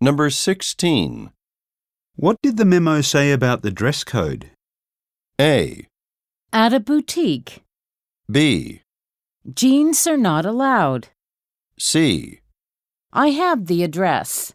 Number 16. What did the memo say about the dress code? A. At a boutique, B. jeans are not allowed. C. I have the address.